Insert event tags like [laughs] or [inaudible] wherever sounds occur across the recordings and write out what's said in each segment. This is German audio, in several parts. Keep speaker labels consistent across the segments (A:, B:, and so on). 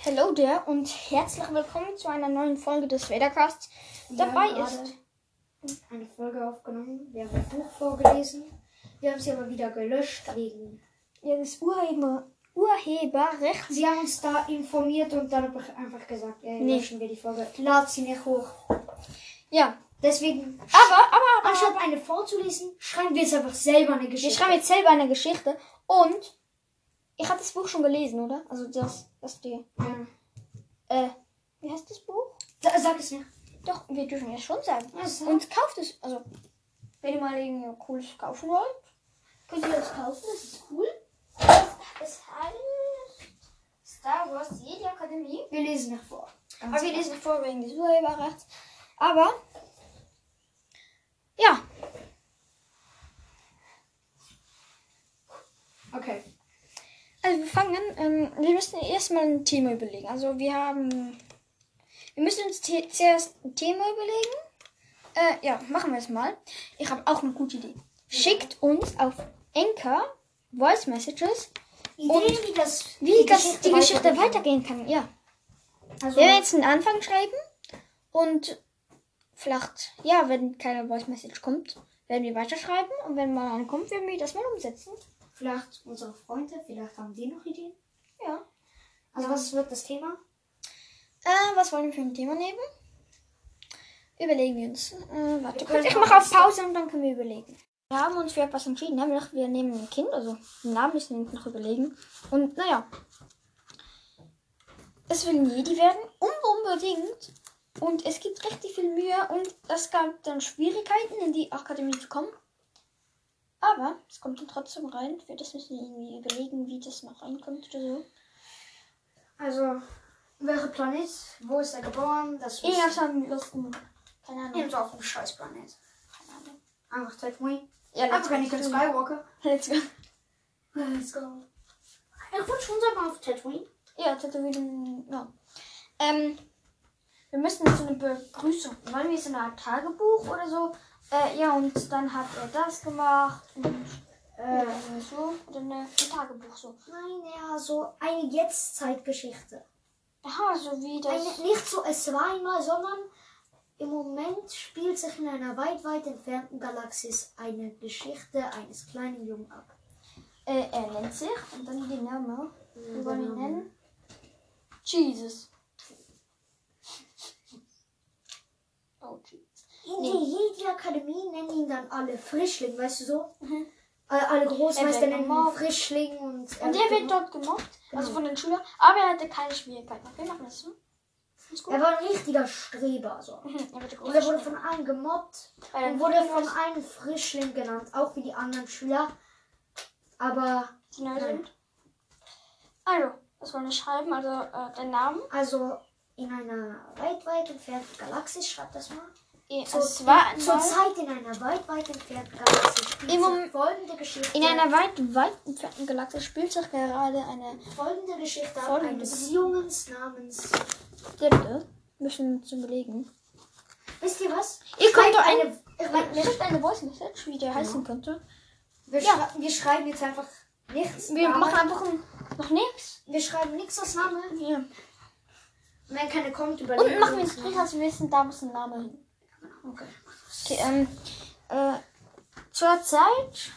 A: Hello there und herzlich willkommen zu einer neuen Folge des Vadercasts. Dabei
B: haben
A: ist
B: gerade eine Folge aufgenommen. Wir haben ein Buch vorgelesen. Wir haben sie aber wieder gelöscht wegen.
A: ja, das Urheber, Urheberrecht.
B: Sie haben uns da informiert und dann hab ich einfach gesagt, ja,
A: Nee.
B: löschen wir die Folge. Lad sie nicht hoch.
A: Ja,
B: Deswegen,
A: aber, aber, aber
B: anstatt eine vorzulesen, schreiben wir jetzt einfach selber eine
A: wir
B: Geschichte.
A: schreiben jetzt selber eine Geschichte und ich habe das Buch schon gelesen, oder? Also das, das die,
B: Ja.
A: äh, wie heißt das Buch?
B: Sa- Sag es nicht.
A: Doch, wir dürfen ja schon sagen.
B: Also,
A: Und kauft es, also wenn ihr mal irgendwie cooles kaufen wollt,
B: könnt ihr das kaufen? Das ist cool. Es heißt Star Wars Jedi Akademie. Wir lesen nach vor.
A: Aber wir lesen vor wegen des Urheberrechts. Aber, ja,
B: Okay.
A: also wir fangen an. Ähm, wir müssen erstmal ein Thema überlegen. Also wir haben, wir müssen uns te- zuerst ein Thema überlegen. Äh, ja, machen wir es mal. Ich habe auch eine gute Idee. Schickt uns auf Anchor Voice Messages,
B: Ideen,
A: Und
B: wie das
A: wie die Geschichte, die Geschichte
B: weitergeht.
A: weitergehen kann. Ja.
B: Also,
A: Wir werden jetzt einen Anfang schreiben und vielleicht, ja, wenn keine Voice Message kommt, werden wir weiterschreiben und wenn mal eine kommt, werden wir das mal umsetzen.
B: vielleicht unsere Freunde, vielleicht haben die noch Ideen.
A: Ja.
B: Also was wird das Thema?
A: Äh, was wollen wir für ein Thema nehmen? Überlegen wir uns. Äh, warte
B: Wir
A: kurz,
B: können
A: ich mache auf Pause und dann können wir überlegen. Wir haben uns für etwas entschieden. Haben wir gedacht, wir nehmen ein Kind, also den Namen müssen wir uns noch überlegen. Und naja, es will ein Jedi werden, un- unbedingt. Und es gibt richtig viel Mühe und es gab dann Schwierigkeiten, in die Akademie zu kommen. Aber es kommt dann trotzdem rein. Für das müssen wir irgendwie überlegen, wie das noch reinkommt oder so.
B: Also, welcher Planet? Wo ist er geboren? Das
A: Ich habe
B: wissen-
A: schon Lust, keine Ahnung.
B: Eben so auf dem scheiß Planet. Einfach Tatooine.
A: Ja,
B: Einfach keine Luke Skywalker.
A: Let's go.
B: Let's go. Ich würde schon sagen auf Tatooine.
A: Ja, Tätowierung. Ja. Ähm, wir müssen so eine Begrüßung. Wollen wir so eine Art Tagebuch oder so? Äh, ja, und dann hat er das gemacht. Und
B: Äh,
A: irgendwie so. Oder eine, ein Tagebuch so.
B: nein, ja, so eine Jetztzeitgeschichte.
A: Aha, so wie das.
B: Eine, nicht so es war einmal, sondern im Moment spielt sich in einer weit, weit entfernten Galaxis eine Geschichte eines kleinen Jungen ab.
A: Äh, er nennt sich. Und dann den Namen. Wir wollen ihn
B: Name.
A: nennen. Jesus. Oh, Jesus.
B: In der
A: Hm.
B: Jedi-Akademie nennen ihn dann alle Frischling, weißt du so?
A: Mhm.
B: Alle, alle
A: Er
B: Großmeister
A: wird
B: nennen ihn
A: gemobbt.
B: Frischling und...
A: Und der wird dort gemobbt. Also
B: Genau.
A: von den Schülern. Aber er hatte keine Schwierigkeiten. Okay, machen wir das so. Ist gut.
B: er war ein richtiger Streber, so.
A: Mhm, er wird groß. Äh,
B: Und er wurde von allen gemobbt
A: Weil er
B: und wurde
A: groß
B: von allen Frischling genannt, auch wie die anderen Schüler. Aber,
A: die neu
B: Nein.
A: sind. Also, was wollen wir schreiben? Also, äh, dein Name.
B: also, in einer weit, weit entfernten Galaxis, schreibt das mal.
A: Äh,
B: Zur-
A: es war einmal
B: Zurzeit in einer weit, weit entfernten Galaxie spielt
A: Im
B: sich
A: Moment-
B: folgende Geschichte.
A: in einer weit, weit entfernten Galaxie spielt sich gerade eine
B: folgende Geschichte
A: Folgende.
B: eines Jungens namens.
A: Dritte. Müssen wir uns überlegen.
B: Wisst ihr was?
A: Ihr könnt
B: Schreibt
A: doch
B: eine.
A: eine-
B: ich
A: Man
B: mein, wir,
A: schickt eine Voice Message, wie der heißen könnte.
B: wir,
A: Ja.
B: schrei- wir schreiben jetzt einfach nichts.
A: Wir
B: aber
A: machen einfach ein, noch nichts.
B: wir schreiben nichts als Name.
A: Ja.
B: Wenn keine kommt, überlegen
A: Und machen wir
B: uns
A: einen Podcast, wir wissen, da muss ein Name hin.
B: Okay.
A: Okay, ähm, äh, zur Zeit.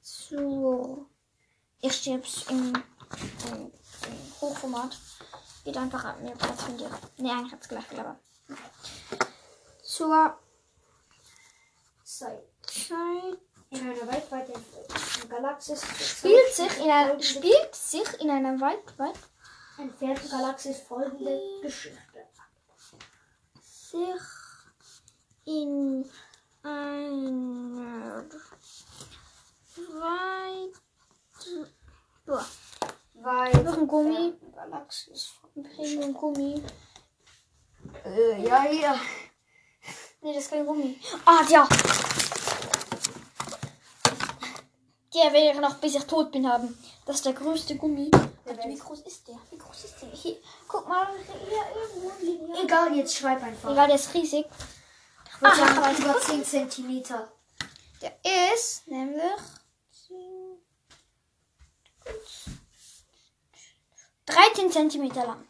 A: Zu. Ich stirb's im, im, im Hochformat. Geht einfach ab mir Platz von dir. Nee, eigentlich hat's gleich gelabert. Zur
B: Zeit.
A: Zeit.
B: In einer weit, weit entfernten Galaxie.
A: Spielt sich in einer, spielt sich in einer weit, weit
B: entfernten Galaxie folgende Geschichte.
A: sich in einer weit. Boah.
B: Weit.
A: Noch ein Gummi.
B: entfernten Galaxis.
A: Premium Gummi.
B: Äh, ja, ja.
A: Nee, das ist kein Gummi. Ah, ja. Der will ich noch, bis ich tot bin, haben. Das ist der größte Gummi. Warte, wie groß ist der? Wie groß ist der? Hier, guck mal. Hier irgendwo liegen. ja.
B: Egal, jetzt schreib einfach.
A: Egal, der ist riesig.
B: Ich würde
A: Ah.
B: sagen, über 10 cm.
A: Der ist nämlich 13 cm lang.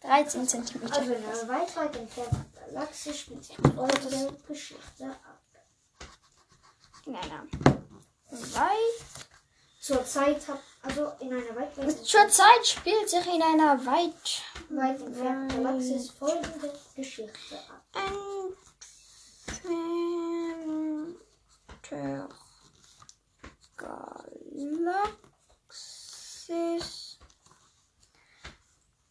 A: 13 cm.
B: Also in einer weit, weit entfernten Galaxie spielt sich eure Geschichte ab.
A: In einer weit.
B: Zurzeit habt, also in einer weit, weit entfernten,
A: Zurzeit spielt sich in einer weit
B: weit entfernten Galaxie folgende Geschichte ab.
A: entfernter Galaxis.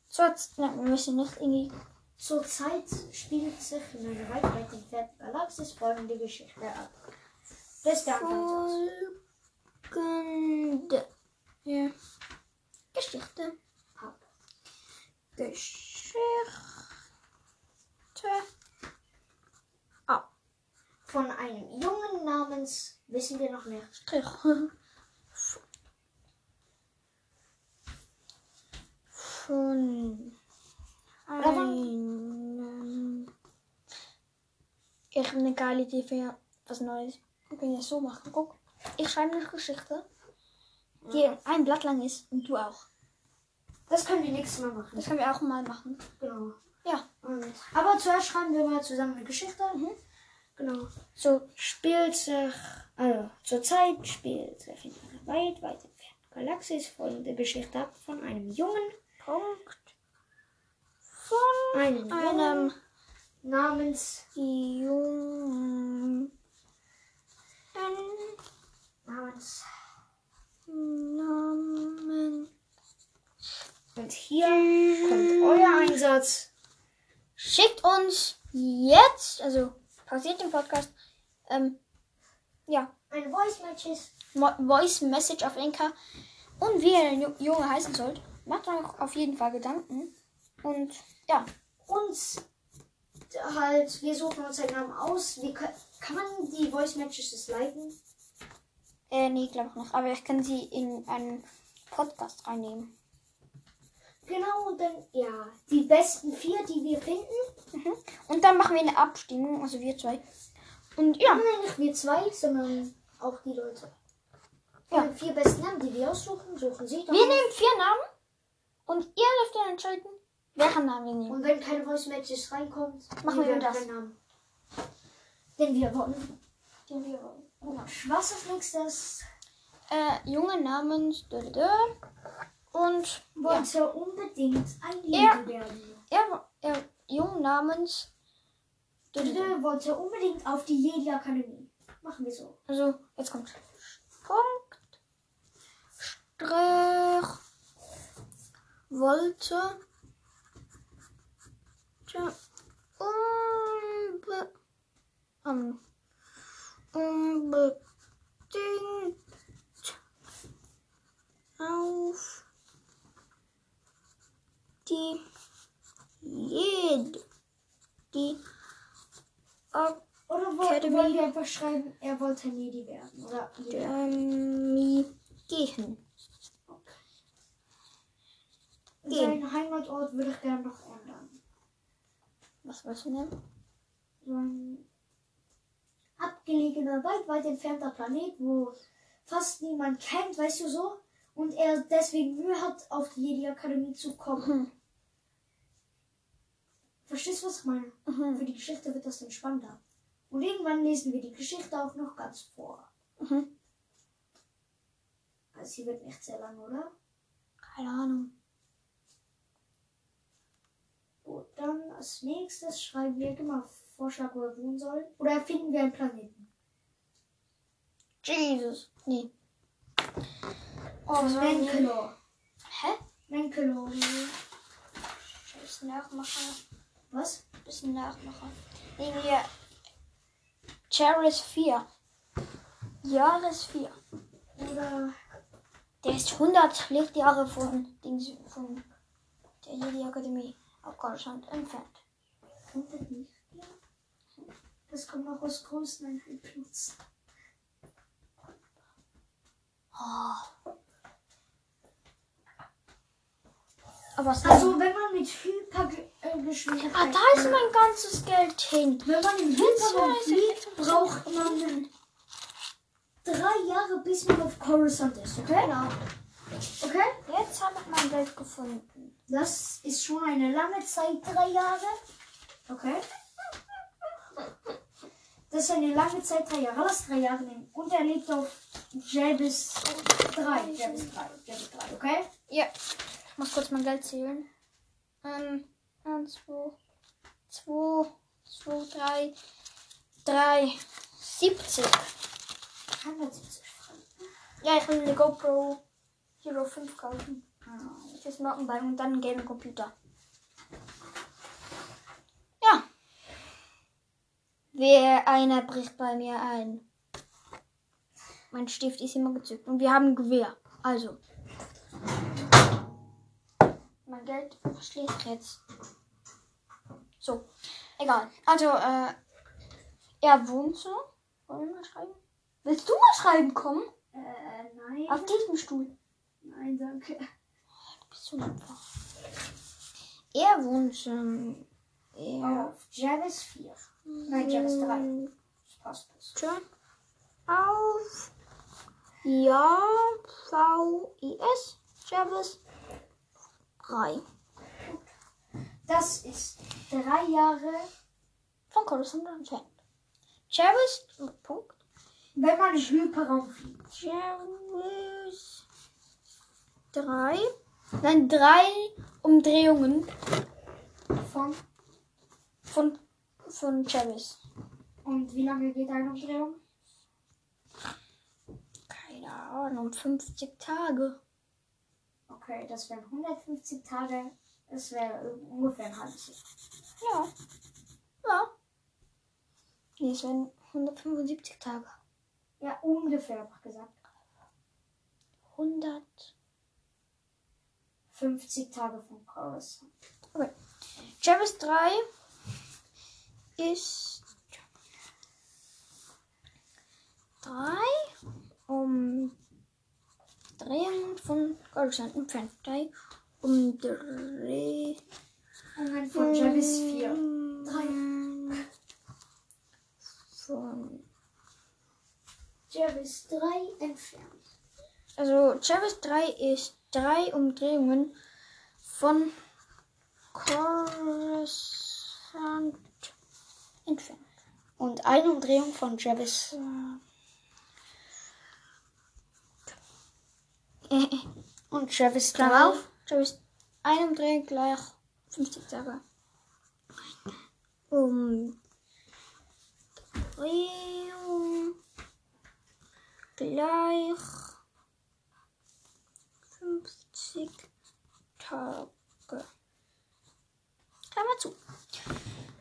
A: Zurzeit, nein, wir müssen nicht irgendwie.
B: Zurzeit spielt sich in einer weit, weit entfernten Galaxie folgende Geschichte ab. Das ist der Anfangssatz.
A: Folgende ja. Geschichte.
B: Ab.
A: Geschichte. Ab.
B: Von einem Jungen namens, wissen wir noch nicht,
A: Von einem. Ich habe eine geile Idee für was Neues. Wir können das so machen. Guck, ich schreibe eine Geschichte, die ein Blatt lang ist und du auch.
B: das können wir nächstes Mal machen.
A: Das können wir auch mal machen.
B: Genau.
A: Ja,
B: Und, aber zuerst schreiben wir mal zusammen eine Geschichte. Genau.
A: so.
B: Spielt sich, also zurzeit spielt sich in einer weit, weit entfernten Galaxie folgende Geschichte ab von einem Jungen,
A: Punkt. Von
B: einem, Jungen
A: einem
B: namens,
A: jungen
B: namens.
A: Namen.
B: Und hier kommt euer Einsatz.
A: Schickt uns jetzt, also pausiert den Podcast, ähm, ja,
B: Ein Voice Matches.
A: Mo Voice Message auf Inka und wie ihr Ju- Junge heißen sollt. Macht euch auf jeden Fall Gedanken. Und ja,
B: Und halt, wir suchen uns einen Namen aus. Wir, kö- kann man die Voice Matches leiten?
A: äh, nee, glaube ich nicht. Aber ich kann sie in einen Podcast reinnehmen.
B: Genau, und dann, ja, die besten vier, die wir finden.
A: Und dann machen wir eine Abstimmung, also wir zwei. Und ja,
B: Nein, nicht wir zwei, sondern auch die Leute.
A: Ja.
B: Von den vier besten Namen, die wir aussuchen, suchen sie dann.
A: wir nehmen vier Namen und ihr dürft dann entscheiden, welchen Namen wir nehmen.
B: Und wenn keine Voice Matches reinkommt,
A: Machen wir
B: nehmen
A: das.
B: keinen Namen. Den wir wollen. Den wir wollen. Gut. Was ist nächstes?
A: äh, Junge namens dö, dö, dö. und ja,
B: Wollte unbedingt ein Lied
A: Ja.
B: werden.
A: er, er Jung namens dö, dö, dö.
B: Dödel wollte unbedingt auf die Jedi Akademie. Machen wir so.
A: also jetzt kommt Punkt Strich wollte tja, unbe, ähm, unbedingt auf die jede die
B: Oder wo,
A: Academy.
B: wollen wir einfach schreiben, er wollte ein Jedi werden. Oder Jedi.
A: Akademie gehen.
B: Seinen Heimatort würde ich gerne noch ändern.
A: Was willst du nehmen?
B: so ein abgelegener, weit, weit entfernter Planet, wo fast niemand kennt, weißt du so? Und er deswegen Mühe hat, auf die Jedi-Akademie zu kommen.
A: Mhm.
B: Verstehst du, was ich meine?
A: Mhm.
B: Für die Geschichte wird das dann spannender. Und irgendwann lesen wir die Geschichte auch noch ganz vor.
A: Mhm.
B: Also sie wird nicht sehr lang, oder?
A: Keine Ahnung.
B: Gut, dann als nächstes schreiben wir immer Vorschlag, wo wir wohnen sollen. Oder erfinden wir einen Planeten.
A: Jesus. Nee.
B: Oh,
A: was wollen wir?
B: Menkelor.
A: Hä?
B: Menkelor.
A: Ein bisschen nachmachen.
B: Was?
A: Ein bisschen nachmachen. Nehmen wir Charis 4. Jahres 4.
B: Oder
A: Der ist 100 Lichtjahre von, Dings, von der Jedi-Akademie auf Deutschland entfernt.
B: Kommt das nicht? Das kommt noch aus Großneinheit plus.
A: Oh. Aber es
B: Also wenn man mit Hypergeschwindigkeit.
A: ah, da ist mein ganzes Geld hin.
B: wenn man im Hyperraum fliegt, braucht man drei Jahre, bis man auf Coruscant ist, okay?
A: Genau.
B: Okay?
A: Jetzt jetzt habe ich mein Geld gefunden.
B: Das ist schon eine lange Zeit, drei Jahre. Okay. Das ist eine lange Zeit, drei Jahre. Lass drei Jahre nehmen. Und er lebt auf J bis 3. J bis 3. J bis 3, okay?
A: Ja. Ich muss kurz mein Geld zählen. Ähm, 1, 2, 2, 2, 3, 3, 70.
B: 170 Franken.
A: Ja, ich will eine GoPro Hero 5 kaufen.
B: Ah,
A: Fürs Mountainbike und dann einen Gaming-Computer. Ja. Wer einer bricht bei mir ein. Mein Stift ist immer gezückt und wir haben ein Gewehr. Also. Mein Geld schläft jetzt. So. Egal. Also, äh, er wohnt so. Wollen wir mal schreiben? Willst du mal schreiben kommen?
B: Äh, nein.
A: Auf diesem Stuhl.
B: Nein, danke.
A: Bist du ein Paar? Er wohnt ähm, er
B: Auf J bis 4. Oh, Nein, J bis 3.
A: wohnt
B: Das passt. Das.
A: auf ja V I S Jarvis 3
B: das ist drei Jahre.
A: von Coruscant entfernt. Jarvis Punkt
B: Wenn man im Hyperraum fliegt.
A: Jarvis 3 nein drei Umdrehungen
B: Von,
A: von von Jarvis.
B: und wie lange geht eine Umdrehung?
A: Keine Ahnung 50 Tage.
B: Okay, das wären 150 Tage. Das wäre ungefähr ein halbes Jahr.
A: Ja. Ja. Nee, es wären 175 Tage.
B: Ja, ungefähr, hab ich gesagt.
A: 100.
B: 50 Tage von Chorus.
A: Jarvis 3 ist 3 Umdrehungen um von Coruscant entfernt. um 3 Umdrehungen
B: Moment, von Jarvis 4.
A: Von
B: Jarvis 3 entfernt.
A: Also Jarvis 3 ist drei Umdrehungen von Coruscant entfernt.
B: Und eine Umdrehung von Jarvis. Und Jarvis
A: Klammer auf. Jarvis, eine Umdrehung gleich 50 Tage. Um, Umdrehung gleich 50 Tage. Klammer zu.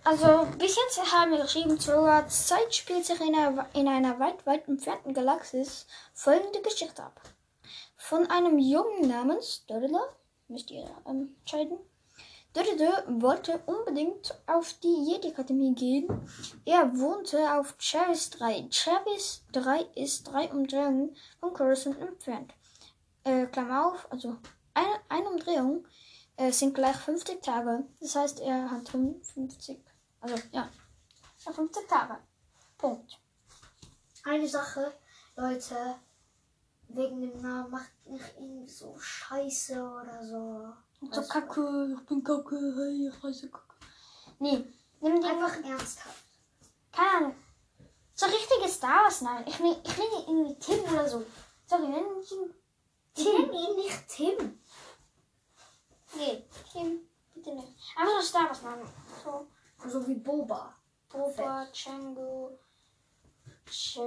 A: Also bis jetzt haben wir geschrieben, zur Zeit spielt sich in einer, in einer weit, weit entfernten Galaxis folgende Geschichte ab. Von einem Jungen namens Dödele, müsst ihr ähm, entscheiden. Dödele wollte unbedingt auf die Jedi-Akademie gehen. Er wohnte auf Chavis 3. Chavis 3 ist drei Umdrehungen von Coruscant entfernt. Äh, Klammer auf, also eine, eine Umdrehung äh, sind gleich 50 Tage. Das heißt, er hat 50, also ja, er hat 50 Tage. Punkt.
B: Eine Sache, Leute. Wegen dem Namen macht nicht irgendwie so Scheiße oder so. Also,
A: Kacke, ich bin Kacke, hey, ich heiße Kacke. Nee, nimm die
B: Einfach ernsthaft.
A: keine Ahnung. So richtige Star Wars, nein. Ich nehme ich nehm ihn irgendwie Tim oder so. Sorry, nenn mich ihn
B: Ich nenn ihn nicht Tim.
A: Nee, Tim, bitte nicht. Einfach so Star Wars, nein. So,
B: So wie Boba.
A: Boba, Django,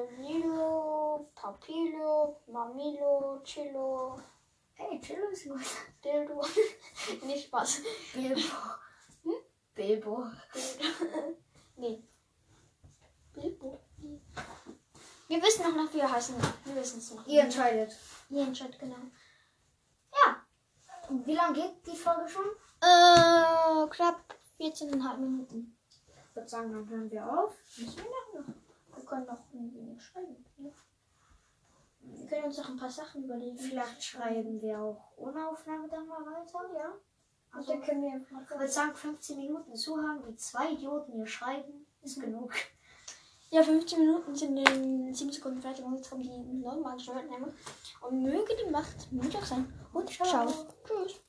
A: Chirilo, Papilo, Mamilo, Chilo,
B: Hey, Chillo ist gut.
A: Dildo. [laughs] nicht Spaß. [laughs]
B: Bilbo. Hm? Bilbo.
A: nee. Bilbo? Nee. Wir wissen noch nicht, wie er heißen wird. Wir wissen es noch.
B: Ihr entscheidet.
A: Ihr entscheidet genau. Ja.
B: Wie lange geht die Folge schon?
A: Äh, knapp 14,5 Minuten.
B: Ich würde sagen, dann hören wir auf.
A: Müssen wir noch? noch? Wir können noch ein wenig schreiben. Ne? Wir können uns noch ein paar Sachen überlegen.
B: Vielleicht schreiben wir auch ohne Aufnahme dann mal weiter, ja? Also,
A: dann
B: ich
A: können wir einfach Mhm.
B: würde sagen, 15 Minuten zuhören, wie zwei Idioten hier schreiben, ist genug.
A: Ja, 15 Minuten sind in 7 Sekunden fertig und jetzt kommen die neuen magischen Wörter. Und möge die Macht mit euch sein. Und ciao.
B: Ciao.
A: Tschüss.